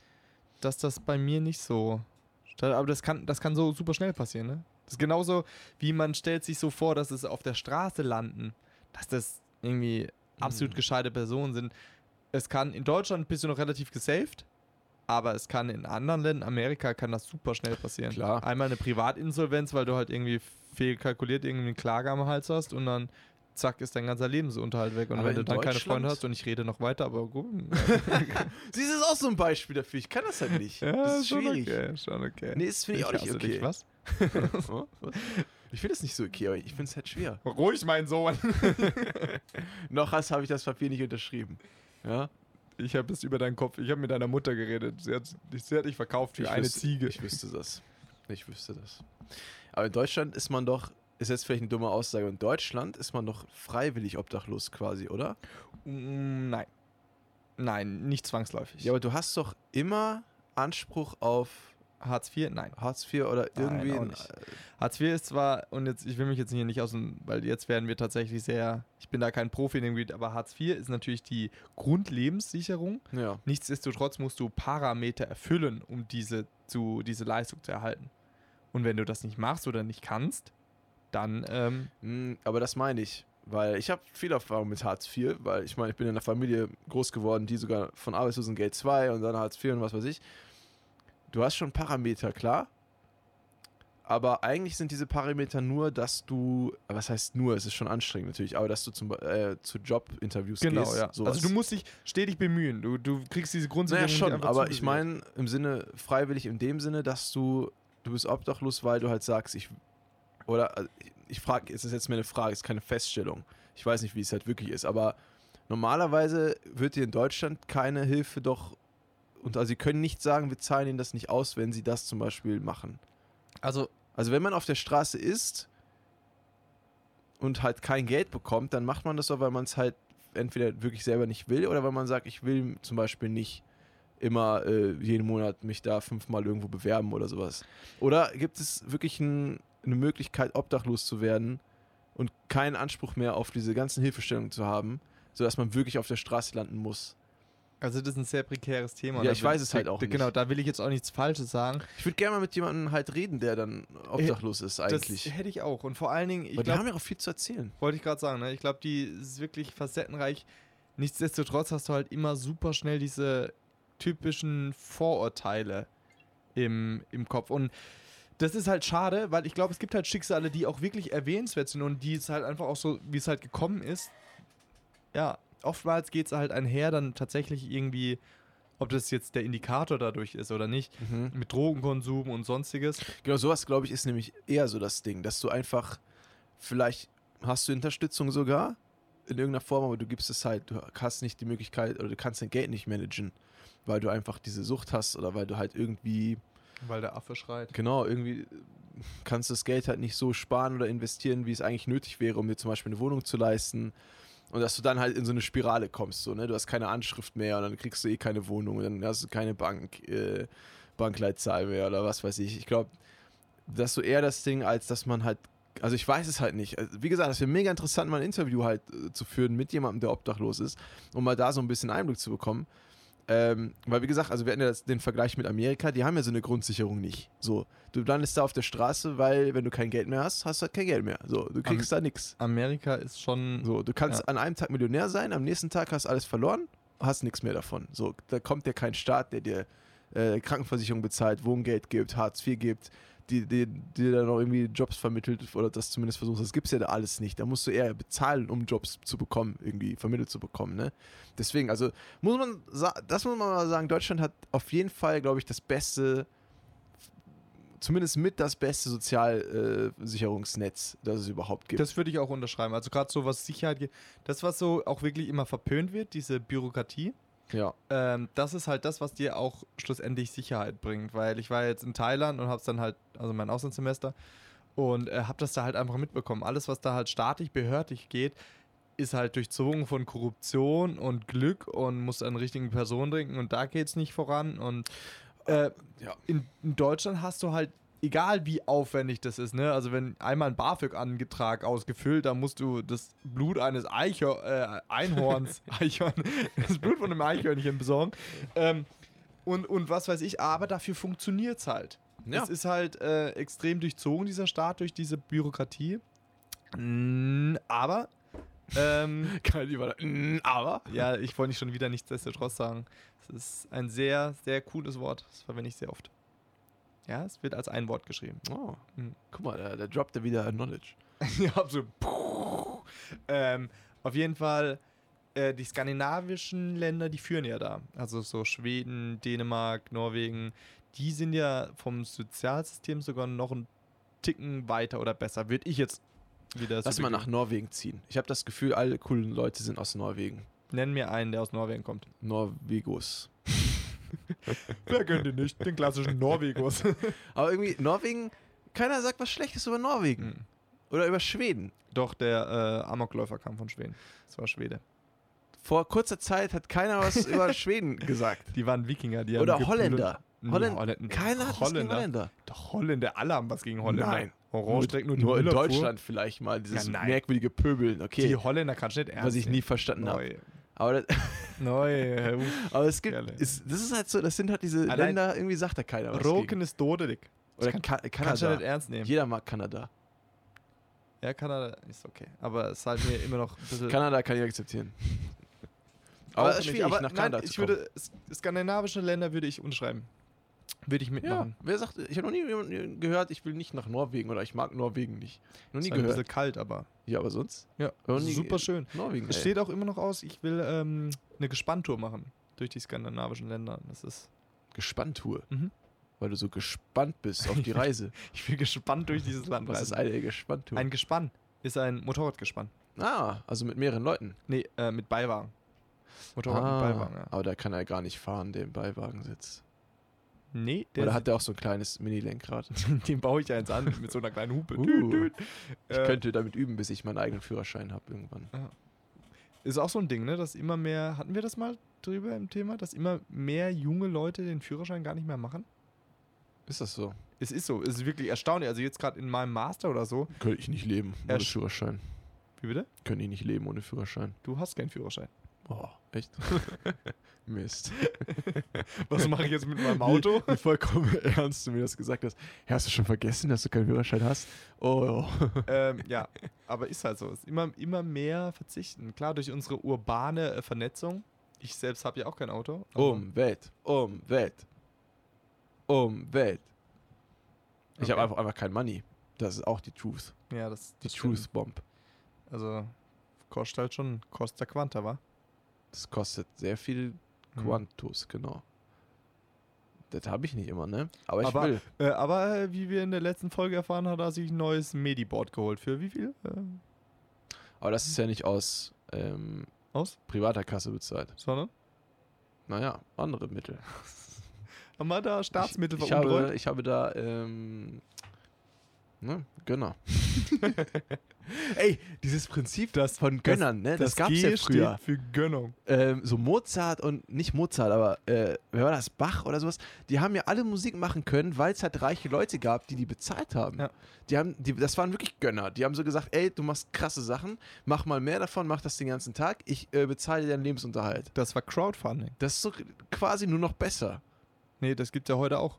dass das bei mir nicht so, statt- aber das kann, das kann so super schnell passieren, ne? Das ist genauso, wie man stellt sich so vor, dass es auf der Straße landen, dass das irgendwie absolut
Mhm.
gescheite Personen sind. Es kann, in Deutschland bist du noch relativ gesaved, aber es kann in anderen Ländern, Amerika kann das super schnell passieren.
Klar.
Einmal eine Privatinsolvenz, weil du halt irgendwie fehlkalkuliert irgendwie eine Klage am Hals hast und dann zack ist dein ganzer Lebensunterhalt weg. Und
Aber
wenn du
in
dann keine
Deutschland-
Freunde hast und ich rede noch weiter, aber gut.
[laughs] Sie ist auch so ein Beispiel dafür. Ich kann das halt nicht. das ist
schon
schwierig.
Okay, schon okay.
Nee, das finde ich auch nicht
hasse
okay.
dich, was?
[laughs] Ich finde es nicht so okay, aber ich finde es halt schwer.
Ruhig, mein Sohn. [laughs]
Noch als habe ich das Papier nicht unterschrieben. Ja?
Ich habe es über deinen Kopf, ich habe mit deiner Mutter geredet. Sie hat, sie hat dich verkauft wie
Ich
eine
wüsste-
Ziege.
Ich wüsste das. Ich wüsste das. Aber in Deutschland ist man doch, ist jetzt vielleicht eine dumme Aussage, in Deutschland ist man doch freiwillig obdachlos quasi, oder?
Mm, Nein. Nein, nicht zwangsläufig.
Ja, aber du hast doch immer Anspruch auf
Hartz IV? Nein.
Hartz IV oder
Nein,
irgendwie.
auch
ein-
nicht. Hartz IV ist zwar, und jetzt, ich will mich jetzt hier nicht aus dem, weil jetzt werden wir tatsächlich sehr, ich bin da kein Profi in dem Gebiet, aber Hartz IV ist natürlich die Grundlebenssicherung.
Ja.
Nichtsdestotrotz musst du Parameter erfüllen, um diese, zu, diese Leistung zu erhalten. Und wenn du das nicht machst oder nicht kannst, dann, ähm,
Mm, Aber das meine ich, weil ich habe viel Erfahrung mit Hartz IV, weil ich meine, ich bin in einer Familie groß geworden, die sogar von Arbeitslosengeld 2 und dann Hartz IV und was weiß ich. Du hast schon Parameter, klar. Aber eigentlich sind diese Parameter nur, dass du, was heißt nur, es ist schon anstrengend natürlich, aber dass du zum, Be- äh, zu Jobinterviews
genau,
gehst.
ja.
sowas.
Also du musst dich stetig bemühen. Du, du kriegst diese Grundsicherung.
Naja,
nicht
schon,
einfach
aber ich
zugewiesen.
meine im Sinne freiwillig in dem Sinne, dass du du bist obdachlos, weil du halt sagst, ich oder also ich, ich frage, es ist jetzt mir eine Frage, es ist keine Feststellung. Ich weiß nicht, wie es halt wirklich ist, aber normalerweise wird dir in Deutschland keine Hilfe doch und also sie können nicht sagen, wir zahlen ihnen das nicht aus, wenn sie das zum Beispiel machen.
Also,
Also wenn man auf der Straße ist und halt kein Geld bekommt, dann macht man das doch, weil man es halt entweder wirklich selber nicht will oder weil man sagt, ich will zum Beispiel nicht immer äh, jeden Monat mich da fünfmal irgendwo bewerben oder sowas. Oder gibt es wirklich ein, eine Möglichkeit, obdachlos zu werden und keinen Anspruch mehr auf diese ganzen Hilfestellungen zu haben, sodass man wirklich auf der Straße landen muss?
also das ist ein sehr prekäres Thema.
Ja,
Da
ich
will-
weiß es halt auch
Genau,
nicht.
da will ich jetzt auch nichts Falsches sagen.
Ich würde gerne mal mit jemandem halt reden, der dann obdachlos ist eigentlich.
Äh, Das hätte ich auch. Und vor allen Dingen, ich
Weil die
glaub-
haben ja auch viel zu erzählen.
Wollte ich gerade sagen, ne? Ich glaube, die ist wirklich facettenreich. Nichtsdestotrotz hast du halt immer super schnell diese typischen Vorurteile im, im Kopf. Und das ist halt schade, weil ich glaube, es gibt halt Schicksale, die auch wirklich erwähnenswert sind und die es halt einfach auch so, wie es halt gekommen ist. Ja, oftmals geht es halt einher, dann tatsächlich irgendwie, ob das jetzt der Indikator dadurch ist oder nicht, mit Drogenkonsum und sonstiges.
Genau, sowas, glaube ich, ist nämlich eher so das Ding, dass du einfach, vielleicht hast du Unterstützung sogar in irgendeiner Form, aber du gibst es halt, du hast nicht die Möglichkeit oder du kannst dein Geld nicht managen, weil du einfach diese Sucht hast oder weil du halt irgendwie,
Weil der Affe schreit.
genau, irgendwie kannst du das Geld halt nicht so sparen oder investieren, wie es eigentlich nötig wäre, um dir zum Beispiel eine Wohnung zu leisten. Und dass du dann halt in so eine Spirale kommst, so, ne? Du hast keine Anschrift mehr und dann kriegst du eh keine Wohnung und dann hast du keine Bank, äh, Bankleitzahl mehr oder was weiß ich. Ich glaube, das ist so eher das Ding, als dass man halt. Also ich weiß es halt nicht. Also wie gesagt, es wäre mega interessant, mal ein Interview halt äh, zu führen mit jemandem, der obdachlos ist, um mal da so ein bisschen Einblick zu bekommen. Ähm, weil wie gesagt, also wir hatten ja das, den Vergleich mit Amerika, die haben ja so eine Grundsicherung nicht. So, du landest da auf der Straße, weil wenn du kein Geld mehr hast, hast du halt kein Geld mehr. So, du kriegst da nichts.
Amerika ist schon
So, du kannst
Ja.
an einem Tag Millionär sein, am nächsten Tag hast alles verloren, hast nichts mehr davon. So, da kommt dir kein Staat, der dir äh, Krankenversicherung bezahlt, Wohngeld gibt, Hartz IV gibt, die, die, die dir dann auch irgendwie Jobs vermittelt oder das zumindest versuchst. Das gibt's ja da alles nicht. Da musst du eher bezahlen, um Jobs zu bekommen, irgendwie vermittelt zu bekommen. Ne? Deswegen, also muss man, sa- das muss man mal sagen, Deutschland hat auf jeden Fall, glaube ich, das beste zumindest mit das beste Sozialsicherungsnetz, das es überhaupt gibt.
Das würde ich auch unterschreiben. Also gerade so was Sicherheit geht. Das, was so auch wirklich immer verpönt wird, diese Bürokratie,
ja.
ähm, das ist halt das, was dir auch schlussendlich Sicherheit bringt. Weil ich war jetzt in Thailand und habe es dann halt, also mein Auslandssemester, und äh, habe das da halt einfach mitbekommen. Alles, was da halt staatlich, behördlich geht, ist halt durchzogen von Korruption und Glück und muss an richtigen Personen trinken und da geht's nicht voran. Und äh,
Ja.
in, in Deutschland hast du halt, egal wie aufwendig das ist, ne? Also wenn einmal ein BAföG-Angetrag ausgefüllt, dann musst du das Blut eines Eichhor äh,
[laughs]
Einhorns, Eichhorn, das Blut von einem Eichhörnchen besorgen. Ähm, und, und was weiß ich, aber dafür funktioniert's halt.
Ja.
Es ist halt äh, extrem durchzogen, dieser Staat, durch diese Bürokratie. Mm, aber ähm,
Keine Überleitung. Mm, Aber.
ja, ich wollte nicht schon wieder nichtsdestotrotz sagen. Es ist ein sehr, sehr cooles Wort. Das verwende ich sehr oft. Ja, es wird als ein Wort geschrieben. [laughs]
Oh.
Mhm.
Guck mal, da, da droppt er wieder Knowledge.
ja, absolut. Ähm, auf jeden Fall, äh, die skandinavischen Länder, die führen ja da. Also so Schweden, Dänemark, Norwegen, die sind ja vom Sozialsystem sogar noch einen Ticken weiter oder besser. Würde ich jetzt wieder
Lass
so
mal nach Norwegen ziehen. Ich habe das Gefühl, alle coolen Leute sind aus Norwegen.
Nenn mir einen, der aus Norwegen kommt.
Norwegos.
Wer könnte nicht? Den klassischen Norwegus.
Aber irgendwie, Norwegen Keiner sagt was Schlechtes über Norwegen
Mhm.
oder über Schweden.
Doch, der äh, Amokläufer kam von Schweden. Das war Schwede.
Vor kurzer Zeit hat
[laughs]
keiner was über Schweden gesagt.
Die waren Wikinger, die haben
Oder
geplündert-
Holländer.
Nee,
Holländ-
Holländer.
Keiner hat was gegen
Holländer.
Holländer.
Doch, Holländer, alle haben was gegen Holländer.
Nein.
Orange trägt nur die
nur in
Müllabfuhr.
Deutschland vielleicht mal dieses
Ja, nein.
merkwürdige Pöbeln, okay,
Die Holländer kannst du nicht ernst
was ich nie
nehmen.
verstanden habe.
Neu.
Aber, das, [laughs]
Neu.
aber es gibt,
Ja, nee.
es, das ist halt so, das sind halt diese
Allein-
Länder, irgendwie sagt da keiner was
Roken ist dodelig.
gegen. Oder
kann- halt
Ka
Kannst du nicht
Kanada.
ernst nehmen.
Jeder mag Kanada.
Ja, Kanada ist okay. Aber es ist halt mir immer noch ein bisschen.
Kanada kann
[laughs]
ich akzeptieren. Aber es ist schwierig, nach Kanada
nein,
zu
ich
kommen.
würde, s- skandinavische Länder würde ich unterschreiben. Würde ich
ja,
mitmachen.
wer sagt, ich habe noch nie jemanden gehört, ich will nicht nach Norwegen oder ich mag Norwegen nicht. Noch nie
Ist halt ein
gehört.
bisschen kalt, aber.
Ja, aber sonst?
Ja,
Noch nie-
super schön.
Norwegen.
Es
ey.
steht auch immer noch aus, ich will ähm, eine Gespanntour machen durch die skandinavischen Länder. Das ist, [laughs]
Gespanntour.
Mhm.
Weil du so gespannt
[laughs]
bist auf die Reise.
ich will gespannt durch dieses Land
Was ist
reisen.
eine Gespanntour?
Ein Gespann ist ein Motorradgespann.
ah, also mit mehreren Leuten.
Nee, äh, mit Beiwagen. Motorrad mit
Ah,
Beiwagen, ja.
Aber da kann er gar nicht fahren, der im Beiwagen sitzt.
Nee,
Oder
der Äh.
hat er auch so ein kleines Mini-Lenkrad?
[laughs] den baue ich eins an mit so einer kleinen Hupe.
[laughs] Uh,
Düt, düt.
Ich
Äh,
könnte damit üben, bis ich meinen eigenen Führerschein habe irgendwann.
Ist auch so ein Ding, ne? Dass immer mehr, hatten wir das mal drüber im Thema, dass immer mehr junge Leute den Führerschein gar nicht mehr machen?
Ist das so?
Es ist so, es ist wirklich erstaunlich. Also jetzt gerade in meinem Master oder so.
Könnte ich nicht leben ohne
Ersch-
Führerschein.
Wie bitte?
Könnte ich nicht leben ohne Führerschein.
Du hast keinen Führerschein.
Oh,
[laughs]
echt? Mist.
Was mache ich jetzt mit
[laughs]
meinem
Auto? Wie, wie vollkommen ernst du mir das gesagt hast. Ja, hast du schon vergessen, dass du keinen Führerschein hast? Oh,
[laughs] ähm, ja, aber ist halt so. Ist immer, immer mehr verzichten. Klar, durch unsere urbane äh, Vernetzung. Ich selbst habe ja auch kein Auto. aber-
Oh. Umwelt, Umwelt, Umwelt. Ich
Okay.
habe einfach, einfach kein Money. Das ist auch die Truth.
Ja, das,
Die
das stimmt.
Truth Bomb.
Also, kostet halt schon, kostet der Quanta, wa?
Das kostet sehr viel
Mhm.
Quantus, genau. Das habe ich nicht immer, ne? Aber ich
Aber-
will.
Äh, aber äh, wie wir in der letzten Folge erfahren haben, hat er sich ein neues Mediboard geholt. Für wie viel? Äh,
Aber das ist ja nicht aus ähm,
aus?
privater Kasse bezahlt.
Sondern?
Naja, andere Mittel.
Haben wir da Staatsmittel
ich, ich, habe, ich habe da, ähm, ne, Gönner. [laughs] Ey, dieses Prinzip das, von Gönnern, ne? Das, gab's
G
ja früher.
steht für Gönnung.
ähm, so Mozart und nicht Mozart, aber äh, wer war das? Bach oder sowas? Die haben ja alle Musik machen können, weil es halt reiche Leute gab, die die bezahlt haben.
Ja.
Die haben, die, das waren wirklich Gönner. Die haben so gesagt, ey, du machst krasse Sachen, mach mal mehr davon, mach das den ganzen Tag, ich äh, bezahle dir deinen Lebensunterhalt.
Das war Crowdfunding.
Das ist so quasi nur noch besser.
Nee, das gibt es ja heute auch.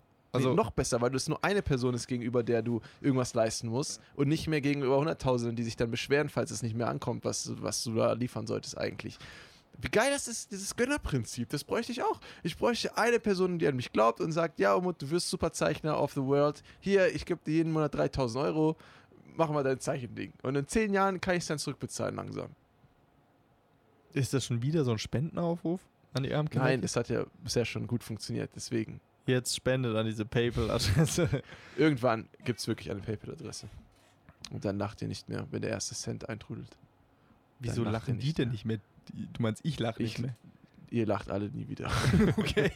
Also,
Also nee, noch besser, weil du es nur eine Person ist, gegenüber der du irgendwas leisten musst und nicht mehr gegenüber Hunderttausenden, die sich dann beschweren, falls es nicht mehr ankommt, was, was du da liefern solltest eigentlich. Wie geil das ist, dieses Gönnerprinzip, das bräuchte ich auch. Ich bräuchte eine Person, die an mich glaubt und sagt, ja, Umut, du wirst Superzeichner of the World. Hier, ich gebe dir jeden Monat 3000 Euro, mach mal dein Zeichending. Und in zehn Jahren kann ich es dann zurückbezahlen langsam.
ist das schon wieder so ein Spendenaufruf an die armen Kinder?
Nein, das hat ja bisher schon gut funktioniert, deswegen.
Jetzt spendet an diese PayPal-Adresse.
Irgendwann gibt es wirklich eine PayPal-Adresse. Und dann lacht ihr nicht mehr, wenn der erste Cent eintrudelt.
[laughs] Wieso
lacht ihr
lachen die
nicht
denn
mehr.
nicht mehr? Die- Du meinst, ich lache
Ich-
nicht mehr.
Ihr lacht alle nie wieder.
[laughs] Okay.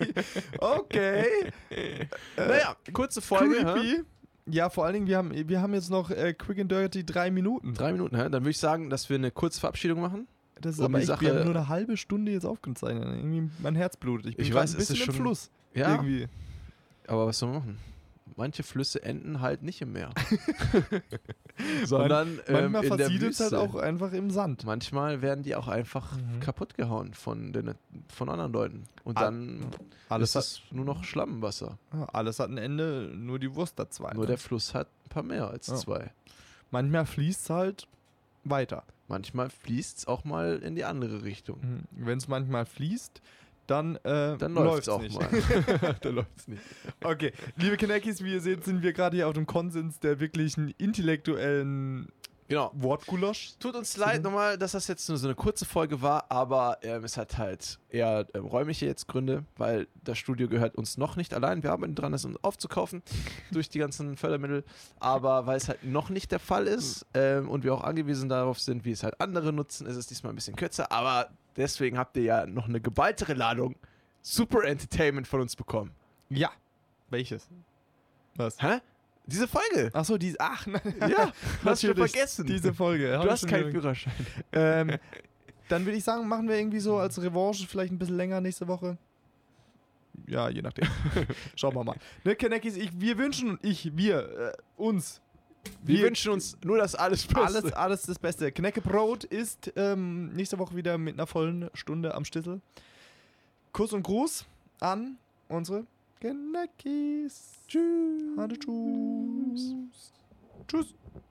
Okay.
[laughs] [laughs] naja, kurze hä?
Äh, Creepy. Ja, vor allen Dingen, wir haben, wir haben jetzt noch äh, Quick and Dirty drei Minuten.
Drei Minuten, hä? dann würde ich sagen, dass wir eine kurze Verabschiedung machen.
Das ist
Um
aber
die
echt, wir
Sache-
haben nur eine halbe Stunde jetzt aufgezeichnet. Irgendwie mein Herz blutet. Ich bin
Ich
grad
weiß,
ein
es ist
bisschen im
schon-
Fluss. Irgendwie.
aber was soll man machen? Manche Flüsse enden halt nicht im Meer. Sondern
Manchmal
ähm, in der
versiedelt es halt
Wüste.
auch einfach im Sand.
Manchmal werden die auch einfach
Mhm.
kaputt gehauen von, den, von anderen Leuten. Und
Ah,
dann
Alles hat,
ist es nur noch Schlammwasser.
ja, alles hat ein Ende, nur die Wurst hat zwei.
Nur der Fluss hat ein paar mehr als
Ja.
zwei.
Manchmal fließt es halt weiter.
Manchmal fließt es auch mal in die andere
Mhm.
Richtung.
Wenn es Hm, manchmal fließt, dann, äh,
Dann läuft
läuft's
es auch
nicht. [laughs]
mal. dann läuft es nicht.
Okay, liebe Kneckis, wie ihr seht, sind wir gerade hier auf dem Konsens der wirklichen intellektuellen
Genau.
Wortgulasch.
Tut uns leid nochmal, dass das jetzt nur so eine kurze Folge war, aber ähm, es hat halt eher ähm, räumliche jetzt Gründe, weil das Studio gehört uns noch nicht allein. Wir arbeiten dran, es uns
[laughs]
aufzukaufen durch die ganzen Fördermittel, aber weil es halt noch nicht der Fall ist
Mhm.
ähm, und wir auch angewiesen darauf sind, wie es halt andere nutzen, ist es diesmal ein bisschen kürzer, aber deswegen habt ihr ja noch eine geballtere Ladung Super Entertainment von uns bekommen.
Ja. Welches? Was?
Hä?
[laughs]
Diese Folge.
Ach so, die, ach, nein.
Ja, hast du
natürlich,
vergessen.
Diese Folge. hab
du
ich
hast
schon
keinen
wieder-
Führerschein. [laughs]
ähm, Dann würde ich sagen, machen wir irgendwie so als Revanche vielleicht ein bisschen länger nächste Woche. Ja, je
[laughs]
nachdem. Schauen wir mal. Ne, Kanekis, ich, wir wünschen, ich, wir, äh, uns,
Wir,
Wir-
wünschen uns nur das alles Beste.
[laughs] alles, alles das Beste. Knäckebrot ist ähm, nächste Woche wieder mit einer vollen Stunde am Stissel. Kuss und Gruß an unsere Kneckis. Tschüss. Tschüss. Tschüss.